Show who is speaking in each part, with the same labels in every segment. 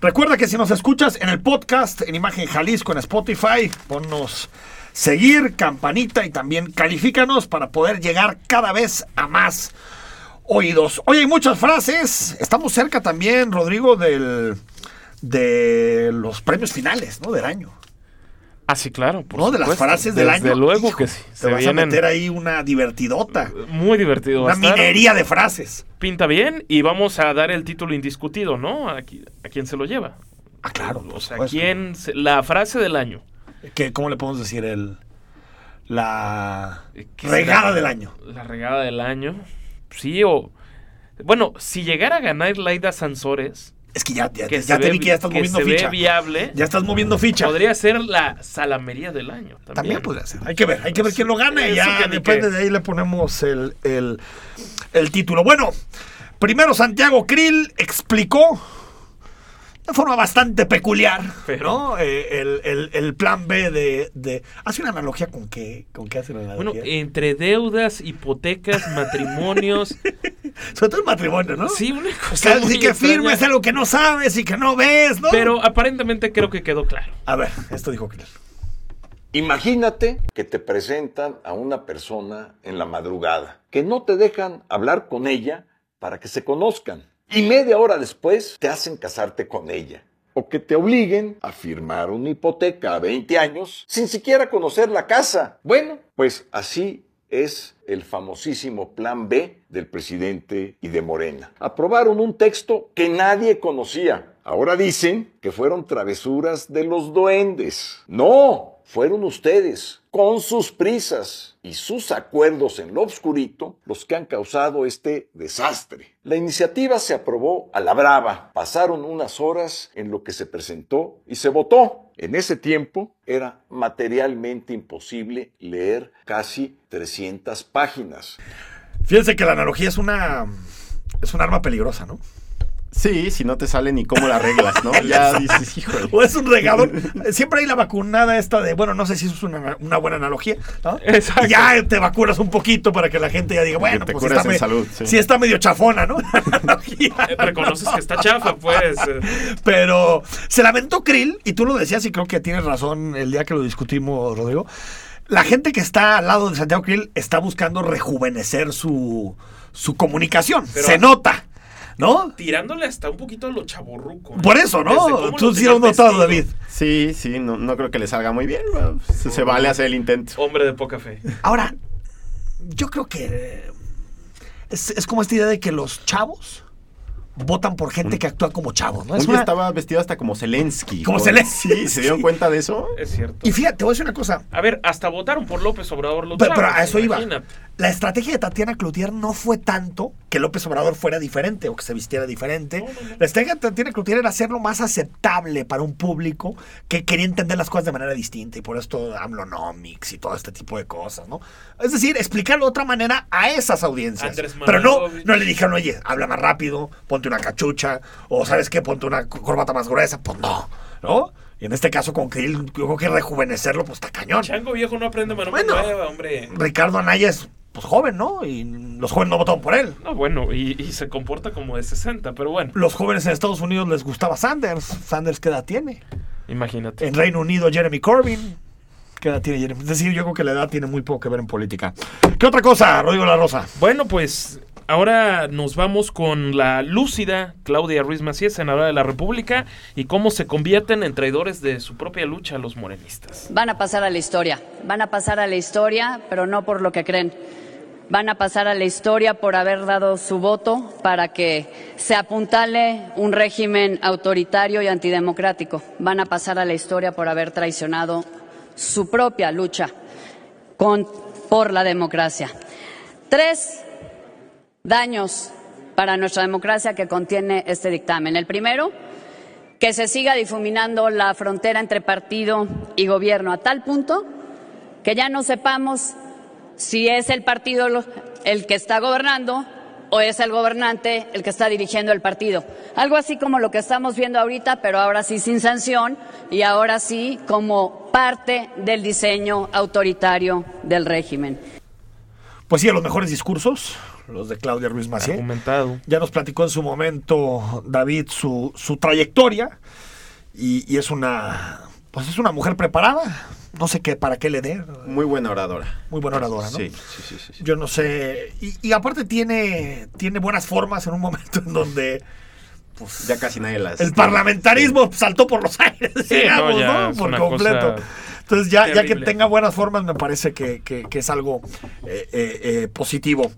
Speaker 1: Recuerda que si nos escuchas en el podcast, en Imagen Jalisco, en Spotify, ponnos seguir, campanita y también califícanos para poder llegar cada vez a más oídos. Hoy hay muchas frases. Estamos cerca también, Rodrigo, del, de los premios finales, ¿no? Del año.
Speaker 2: Ah, sí, claro. por
Speaker 1: ¿no? De las
Speaker 2: supuesto.
Speaker 1: frases del año.
Speaker 2: Desde luego
Speaker 1: Hijo,
Speaker 2: que sí.
Speaker 1: Te
Speaker 2: Se
Speaker 1: vas a
Speaker 2: vienen
Speaker 1: meter ahí una divertidota.
Speaker 2: muy divertido.
Speaker 1: Una
Speaker 2: va a estar.
Speaker 1: minería de frases.
Speaker 2: Pinta bien y vamos a dar el título indiscutido, ¿no? A, qui- a quién se lo lleva.
Speaker 1: Ah, claro. por
Speaker 2: O sea,
Speaker 1: supuesto.
Speaker 2: quién se- la frase del año.
Speaker 1: ¿Qué- ¿Cómo le podemos decir el. La.
Speaker 2: Eh, ¿qué
Speaker 1: Regada
Speaker 2: será?
Speaker 1: del año.
Speaker 2: La regada del año. Sí, o. Bueno, si llegara a ganar Laida Sansores,
Speaker 1: Es que ya, ya, ya
Speaker 2: que se
Speaker 1: te
Speaker 2: ve
Speaker 1: vi
Speaker 2: vi-
Speaker 1: que ya estás
Speaker 2: que
Speaker 1: moviendo
Speaker 2: se ve
Speaker 1: ficha.
Speaker 2: viable,
Speaker 1: Ya estás moviendo ficha.
Speaker 2: podría ser la salamería del año. También,
Speaker 1: También pues, podría ser. Hay que ver, hay que ver quién lo gana y
Speaker 2: Eso
Speaker 1: ya
Speaker 2: que ni
Speaker 1: depende
Speaker 2: qué.
Speaker 1: de ahí le ponemos el, el- el título. Bueno, primero Santiago Krill explicó de forma bastante peculiar
Speaker 2: Pero-
Speaker 1: ¿no? Eh, el, el- el plan B de, de- Hace una analogía con qué, con qué hace la analogía.
Speaker 2: Bueno, eh, entre deudas, hipotecas, matrimonios.
Speaker 1: Sobre todo el matrimonio, ¿no?
Speaker 2: sí, una
Speaker 1: O
Speaker 2: cosa.
Speaker 1: sea,
Speaker 2: muy
Speaker 1: sí que
Speaker 2: extraña.
Speaker 1: firmes algo que no sabes y que no ves, ¿no?
Speaker 2: Pero aparentemente creo que quedó claro.
Speaker 1: A ver, esto dijo Krill.
Speaker 3: Imagínate que te presentan a una persona en la madrugada, que no te dejan hablar con ella para que se conozcan. Y media hora después te hacen casarte con ella. O que te obliguen a firmar una hipoteca a 20 años sin siquiera conocer la casa. Bueno, pues así es el famosísimo plan B del presidente y de Morena. Aprobaron un texto que nadie conocía. Ahora dicen que fueron travesuras de los duendes. No, fueron ustedes, con sus prisas y sus acuerdos en lo obscurito, los que han causado este desastre. La iniciativa se aprobó a la brava. Pasaron unas horas en lo que se presentó y se votó. En ese tiempo era materialmente imposible leer casi 300 páginas.
Speaker 1: Fíjense que la analogía es una. Es un arma peligrosa, ¿no?
Speaker 4: Sí, si no te sale ni cómo la arreglas, ¿no? ya dices, híjole.
Speaker 1: O es un regador. Siempre hay la vacunada esta de, bueno, no sé si eso es una, una buena analogía, ¿no?
Speaker 2: Exacto.
Speaker 1: Ya te vacunas un poquito para que la gente ya diga, bueno,
Speaker 4: te
Speaker 1: pues
Speaker 4: curas
Speaker 1: está,
Speaker 4: en
Speaker 1: me-
Speaker 4: salud, sí.
Speaker 1: sí está medio chafona, ¿no? La analogía,
Speaker 2: Eh, Reconoces que está chafa, pues. eh.
Speaker 1: Pero se lamentó Krill, y tú lo decías y creo que tienes razón el día que lo discutimos, Rodrigo. La gente que está al lado de Santiago Krill está buscando rejuvenecer su, su comunicación.
Speaker 2: Pero-
Speaker 1: se nota, ¿no?
Speaker 2: Tirándole hasta un poquito a lo chaborruco. eh.
Speaker 1: Por eso,
Speaker 2: Desde cómo
Speaker 1: ¿no?
Speaker 2: lo
Speaker 1: Tú sí lo
Speaker 2: tenía
Speaker 1: has notado,
Speaker 2: vestido.
Speaker 1: David.
Speaker 4: Sí, sí, no, no creo que le salga muy bien. pero Se, se vale hacer el intento.
Speaker 2: Hombre de poca fe.
Speaker 1: Ahora, yo creo que eh, es, es como esta idea de que los chavos votan por
Speaker 2: Mm.
Speaker 1: gente que actúa como chavos, ¿no?
Speaker 4: Un
Speaker 1: Oh, Es
Speaker 4: día
Speaker 1: una-
Speaker 4: estaba vestido hasta como Zelensky.
Speaker 1: Como
Speaker 4: Con-
Speaker 1: Zelensky.
Speaker 4: Sí, ¿se dieron cuenta de eso?
Speaker 2: Es cierto.
Speaker 1: Y fíjate, te voy a decir una cosa.
Speaker 2: A ver, hasta votaron por López Obrador los
Speaker 1: Pero, pero
Speaker 2: chavos,
Speaker 1: a eso iba.
Speaker 2: imagínate.
Speaker 1: La estrategia de Tatiana Cloutier no fue tanto que López Obrador fuera diferente o que se vistiera diferente. La estrategia de Tatiana Cloutier era hacerlo más aceptable para un público que quería entender las cosas de manera distinta y por esto AMLOnomics y todo este tipo de cosas, ¿no? Es decir, explicarlo de otra manera a esas audiencias.
Speaker 2: Andrés
Speaker 1: Pero no,
Speaker 2: Manuel.
Speaker 1: no le dijeron, oye, habla más rápido, ponte una cachucha o ¿sabes qué? Ponte una co- corbata más gruesa. Pues no, ¿no? Y en este caso con Krill, yo creo que rejuvenecerlo, pues está cañón.
Speaker 2: Chango viejo no aprende mano
Speaker 1: Bueno.
Speaker 2: nueva, hombre.
Speaker 1: Ricardo Anaya es pues, joven, ¿no? Y los jóvenes no votaron por él.
Speaker 2: No, bueno, y, y se comporta como de 60, pero bueno,
Speaker 1: Los jóvenes en Estados Unidos les gustaba Sanders. Sanders, ¿qué edad tiene?
Speaker 2: imagínate.
Speaker 1: En Reino Unido, Jeremy Corbyn. ¿Qué edad tiene Jeremy? Es decir, yo creo que la edad tiene muy poco que ver en política. ¿Qué otra cosa, Rodrigo La Rosa?
Speaker 2: Bueno, pues ahora nos vamos con la lúcida Claudia Ruiz Macías, senadora de la República, y cómo se convierten en traidores de su propia lucha los morenistas.
Speaker 5: Van a pasar a la historia, van a pasar a la historia, pero no por lo que creen. Van a pasar a la historia por haber dado su voto para que se apuntale un régimen autoritario y antidemocrático. Van a pasar a la historia por haber traicionado su propia lucha con- por la democracia. Tres daños para nuestra democracia que contiene este dictamen. El primero, que se siga difuminando la frontera entre partido y gobierno a tal punto que ya no sepamos si es el partido lo- el que está gobernando o es el gobernante el que está dirigiendo el partido. Algo así como lo que estamos viendo ahorita, pero ahora sí sin sanción y ahora sí como parte del diseño autoritario del régimen.
Speaker 1: Pues sí, a los mejores discursos, los de Claudia Ruiz Macié.
Speaker 2: Argumentado.
Speaker 1: Ya nos platicó en su momento David su, su trayectoria y, y es una pues es una mujer preparada. No sé qué para qué le dé.
Speaker 4: Muy buena oradora.
Speaker 1: Muy buena oradora, ¿no?
Speaker 4: Sí, sí, sí. sí, sí.
Speaker 1: Yo no sé. Y, y aparte tiene, tiene buenas formas en un momento en donde pues,
Speaker 4: Ya casi nadie las.
Speaker 1: el parlamentarismo saltó por los aires, digamos,
Speaker 2: no, ya
Speaker 1: ¿no?
Speaker 2: es
Speaker 1: Por
Speaker 2: una
Speaker 1: completo.
Speaker 2: cosa
Speaker 1: Entonces, ya, ya que
Speaker 2: terrible.
Speaker 1: tenga buenas formas, me parece que, que- que es algo eh, eh, eh, positivo.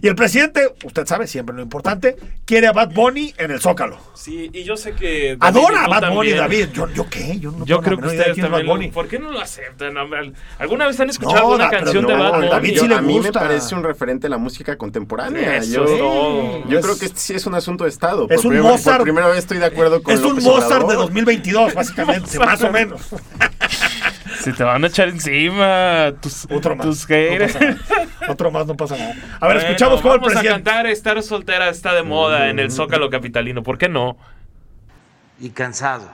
Speaker 1: Y el presidente, usted sabe, siempre lo importante, quiere a Bad Bunny en el Zócalo.
Speaker 2: Sí, y yo sé que.
Speaker 1: Adora a Bad Bunny, David. Yo, yo qué, yo no
Speaker 2: Yo
Speaker 1: tengo la
Speaker 2: creo que
Speaker 1: menor idea de
Speaker 2: ustedes
Speaker 1: quién es Bad
Speaker 2: también. lo-
Speaker 1: Bunny.
Speaker 2: ¿Por qué no lo aceptan? hombre? ¿Alguna vez han escuchado
Speaker 1: No,
Speaker 2: alguna
Speaker 1: da- pero
Speaker 2: canción de
Speaker 1: no,
Speaker 2: Bad Bunny?
Speaker 1: David
Speaker 4: yo-
Speaker 1: sí le
Speaker 4: a mí me
Speaker 1: gusta.
Speaker 4: parece un referente a la música contemporánea.
Speaker 2: Eso
Speaker 4: yo
Speaker 2: es todo.
Speaker 4: yo creo que este sí es un asunto de Estado.
Speaker 1: Es un
Speaker 4: primera, por
Speaker 1: Mozart.
Speaker 4: primera vez estoy de acuerdo con
Speaker 1: Es un
Speaker 4: López
Speaker 1: Mozart de
Speaker 4: Obrador.
Speaker 1: 2022, básicamente, más o menos.
Speaker 2: Se te van a echar encima tus,
Speaker 1: Otro más.
Speaker 2: tus
Speaker 1: No
Speaker 2: haters.
Speaker 1: pasa nada. Otro más, no pasa nada. A ver,
Speaker 2: Bueno,
Speaker 1: escuchamos cómo el
Speaker 2: vamos a
Speaker 1: presidente. Mm.
Speaker 2: cantar Estar soltera está de moda en el Zócalo Capitalino. ¿Por qué no?
Speaker 6: y cansado,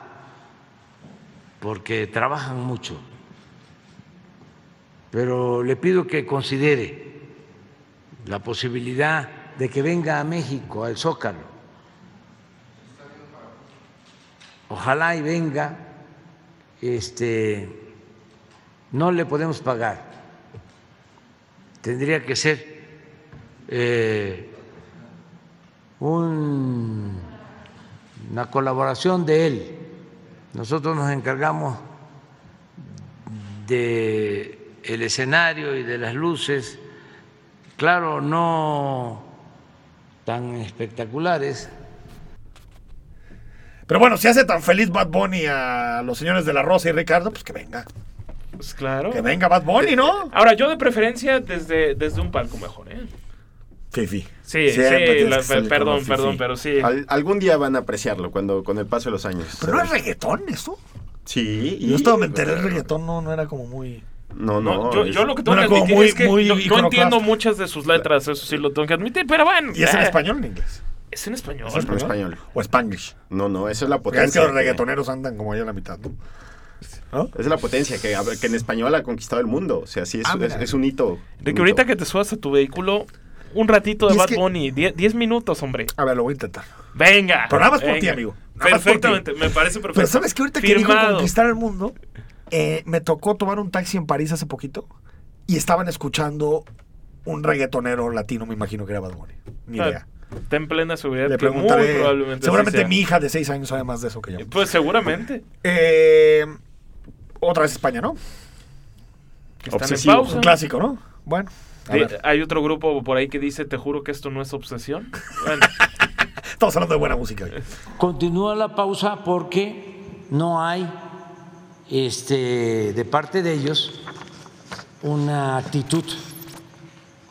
Speaker 6: porque trabajan mucho. Pero le pido que considere la posibilidad de que venga a México, al Zócalo. Ojalá y venga, este, no le podemos pagar. Tendría que ser eh, un una colaboración de él. Nosotros nos encargamos de el escenario y de las luces, claro, no tan espectaculares,
Speaker 1: Pero bueno, si hace tan feliz Bad Bunny a los señores de la Rosa y Ricardo, pues que venga.
Speaker 2: Pues claro.
Speaker 1: Que venga Bad Bunny, ¿no?
Speaker 2: Ahora, yo de preferencia desde, desde un palco mejor, ¿eh?
Speaker 1: Fifi.
Speaker 2: Sí,
Speaker 4: Siempre
Speaker 2: sí,
Speaker 4: tienes
Speaker 2: la-
Speaker 4: que salir como
Speaker 2: perdón,
Speaker 4: fifí.
Speaker 2: perdón, pero sí.
Speaker 4: Al- algún día van a apreciarlo cuando con el paso de los años.
Speaker 1: Pero no es reggaetón eso.
Speaker 4: Sí.
Speaker 1: Yo estaba me enteré,
Speaker 4: enteré
Speaker 1: el reggaetón no, no era como muy.
Speaker 4: No,
Speaker 2: No,
Speaker 4: no.
Speaker 2: yo,
Speaker 4: es-
Speaker 2: yo lo que tengo
Speaker 1: no
Speaker 2: que
Speaker 1: era como
Speaker 2: admitir
Speaker 1: muy-
Speaker 2: es que
Speaker 1: muy
Speaker 2: no, no
Speaker 1: iconoclasta.
Speaker 2: entiendo muchas de sus letras, eso sí lo tengo que admitir, pero bueno.
Speaker 1: ¿Y es en
Speaker 2: eh,
Speaker 1: español o en inglés?
Speaker 2: Es en español.
Speaker 4: es en español.
Speaker 1: ¿O spanglish?
Speaker 4: No, no, esa es la
Speaker 1: Porque es que
Speaker 4: potencia.
Speaker 1: los
Speaker 4: que-
Speaker 1: reggaetoneros andan como allá a la mitad, ¿no? ¿No?
Speaker 4: Esa es la potencia que, que en español ha conquistado el mundo. O sea, sí, es,
Speaker 1: Ah,
Speaker 4: es-
Speaker 1: mira.
Speaker 4: es un hito.
Speaker 2: Ricky,
Speaker 4: un
Speaker 2: ahorita
Speaker 4: hito.
Speaker 2: que te subas a tu vehículo, un ratito de
Speaker 1: Y es
Speaker 2: Bad
Speaker 1: que-
Speaker 2: Bunny, 10 minutos, hombre.
Speaker 1: A ver, lo voy a intentar.
Speaker 2: Venga.
Speaker 1: Pero nada más por
Speaker 2: venga.
Speaker 1: ti, amigo. Nada más por
Speaker 2: Perfectamente, me parece perfecto.
Speaker 1: Pero ¿sabes que ahorita que dijo
Speaker 2: Firmado.
Speaker 1: conquistar el mundo? eh, me tocó tomar un taxi en París hace poquito y estaban escuchando un reggaetonero latino, me imagino que era Bad Bunny. Ni idea.
Speaker 2: Está en plena seguridad.
Speaker 1: Le
Speaker 2: Ah, que muy
Speaker 1: preguntaré.
Speaker 2: probablemente
Speaker 1: seguramente
Speaker 2: sí sea.
Speaker 1: mi hija de seis años sabe más de eso que yo.
Speaker 2: Pues seguramente.
Speaker 1: Eh, otra vez España, ¿no?
Speaker 2: que Están
Speaker 4: Obsesivo.
Speaker 2: en
Speaker 1: Es
Speaker 2: pausa.
Speaker 1: un clásico, ¿no? Bueno. a
Speaker 2: Sí,
Speaker 1: ver.
Speaker 2: Hay otro grupo por ahí que dice, te juro que esto no es obsesión. Bueno,
Speaker 1: Estamos hablando de buena música. hoy.
Speaker 6: Continúa la pausa porque no hay este, de parte de ellos una actitud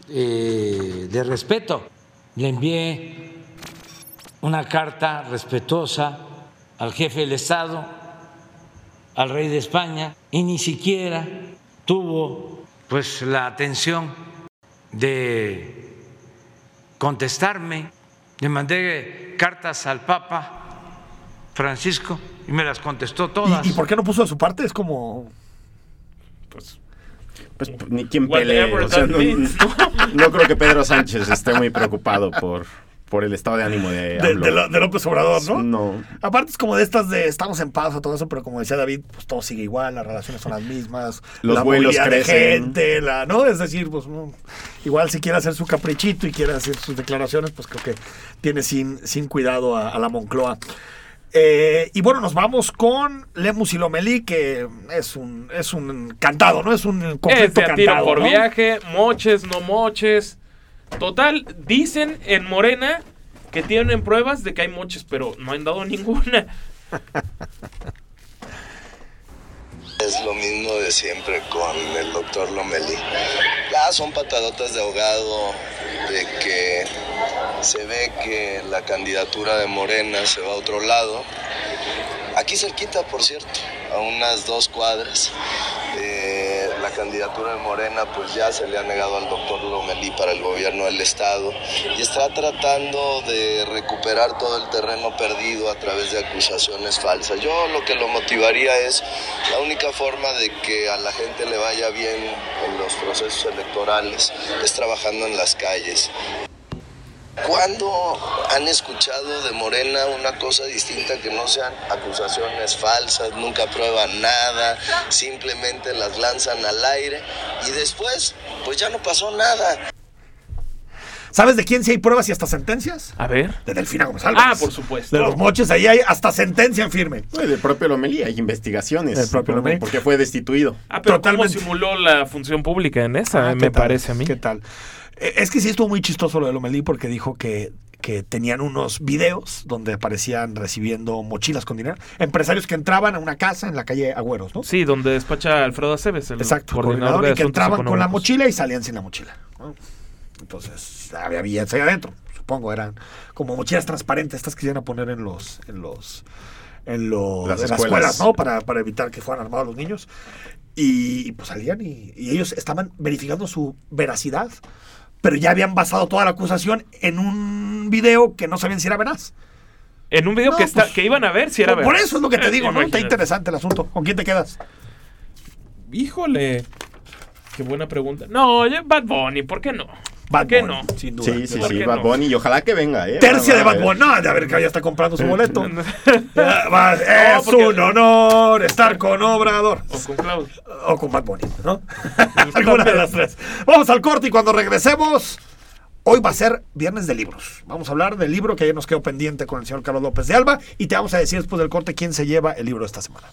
Speaker 6: eh, de respeto. Le envié una carta respetuosa al jefe del Estado, al rey de España, y ni siquiera tuvo pues la atención de contestarme. Le mandé cartas al Papa Francisco y me las contestó todas.
Speaker 1: ¿Y, y por qué no puso de su parte? Es como.
Speaker 2: pues,
Speaker 4: Pues p- ni quien pelee.
Speaker 2: whatever
Speaker 4: o sea,
Speaker 2: that
Speaker 4: no,
Speaker 2: means, ¿no?
Speaker 4: no creo que Pedro Sánchez esté muy preocupado por, por el estado de ánimo de.
Speaker 1: De,
Speaker 4: Eh, AMLO.
Speaker 1: de Lo- de López Obrador, ¿no?
Speaker 4: No.
Speaker 1: Aparte es como de estas de estamos en pausa, todo eso, pero como decía David, pues todo sigue igual, las relaciones son las mismas,
Speaker 4: Los
Speaker 1: la
Speaker 4: vuelos
Speaker 1: movilidad de
Speaker 4: crecen.
Speaker 1: gente, la, ¿no? Es decir, pues no, igual si quiere hacer su caprichito y quiere hacer sus declaraciones, pues creo que tiene sin, sin cuidado a, a la Moncloa. Eh, y bueno, nos vamos con Lemus y Lomelí, que es un, es un cantado, ¿no? Es un
Speaker 2: es
Speaker 1: conflicto
Speaker 2: de este, a tiro
Speaker 1: cantado.
Speaker 2: por
Speaker 1: ¿no?
Speaker 2: viaje, moches, no moches. Total, dicen en Morena que tienen pruebas de que hay moches, pero no han dado ninguna.
Speaker 7: Es lo mismo de siempre con el doctor Lomelí. Ya son patadotas de ahogado, de que se ve que la candidatura de Morena se va a otro lado. Aquí cerquita, por cierto, a unas dos cuadras. eh, la candidatura de Morena pues ya se le ha negado al doctor Lomelí para el gobierno del estado y está tratando de recuperar todo el terreno perdido a través de acusaciones falsas. Yo lo que lo motivaría es la única forma de que a la gente le vaya bien en los procesos electorales es trabajando en las calles. ¿Cuándo han escuchado de Morena una cosa distinta que no sean acusaciones falsas, nunca prueban nada, simplemente las lanzan al aire y después, pues ya no pasó nada?
Speaker 1: ¿Sabes de quién sí hay pruebas y hasta sentencias?
Speaker 2: A ver.
Speaker 1: De Delfina González.
Speaker 2: Ah, por supuesto.
Speaker 1: De los moches, ahí hay hasta sentencia en firme.
Speaker 4: Pues del propio Lomelí hay investigaciones.
Speaker 1: Del propio Lomelí.
Speaker 4: Porque fue destituido.
Speaker 2: Ah, pero
Speaker 1: Totalmente.
Speaker 2: ¿cómo simuló la función pública en esa? eh,
Speaker 1: Ah, ¿qué
Speaker 2: me
Speaker 1: tal?
Speaker 2: parece a mí.
Speaker 1: ¿Qué tal? Eh, Es que sí estuvo muy chistoso lo de Lomelí porque dijo que, que tenían unos videos donde aparecían recibiendo mochilas con dinero. Empresarios que entraban a una casa en la calle Agüeros, ¿no?
Speaker 2: Sí, donde despacha Alfredo Aceves, el
Speaker 1: Exacto,
Speaker 2: coordinador,
Speaker 1: coordinador,
Speaker 2: de
Speaker 1: y que
Speaker 2: Asuntos
Speaker 1: entraban con la
Speaker 2: Económicos.
Speaker 1: mochila y salían sin la mochila. ¿no? Entonces, había billetes ahí adentro, supongo, eran como mochilas transparentes, estas que iban a poner en los, en los, en los
Speaker 4: Las
Speaker 1: en
Speaker 4: escuelas.
Speaker 1: ¿no? Para, para evitar que fueran armados los niños. Y, y, pues salían y, y ellos estaban verificando su veracidad, pero ya habían basado toda la acusación en un video que no sabían si era veraz.
Speaker 2: En un video
Speaker 1: No,
Speaker 2: que, está-
Speaker 1: pues,
Speaker 2: que iban a ver si era
Speaker 1: por,
Speaker 2: verdad.
Speaker 1: eso es lo que te
Speaker 2: Eh,
Speaker 1: digo, ¿no? Está
Speaker 2: imagínate.
Speaker 1: interesante el asunto. ¿Con quién te quedas?
Speaker 2: Híjole. Qué buena pregunta. No, ya Bad Bunny, ¿por qué no?
Speaker 1: Bad
Speaker 2: ¿Por qué
Speaker 1: Bunny,
Speaker 2: no?
Speaker 1: sin duda.
Speaker 4: Sí, sí,
Speaker 2: ¿Por
Speaker 4: sí,
Speaker 2: qué
Speaker 4: Bad
Speaker 2: no?
Speaker 4: Bunny. Y ojalá que venga, ¿eh?
Speaker 1: Tercia de
Speaker 4: Vamos a
Speaker 1: Bad
Speaker 4: ver.
Speaker 1: Bunny. No, de ver que ya está comprando su boleto.
Speaker 2: Ah, No.
Speaker 1: Ya va, es
Speaker 2: porque-
Speaker 1: un honor estar con Obrador.
Speaker 2: O con Claudio.
Speaker 1: O con Bad Bunny, ¿no? Alguna de las tres. Vamos al corte y cuando regresemos, hoy va a ser Viernes de Libros. Vamos a hablar del libro que ayer nos quedó pendiente con el señor Carlos López de Alba y te vamos a decir después del corte quién se lleva el libro esta semana.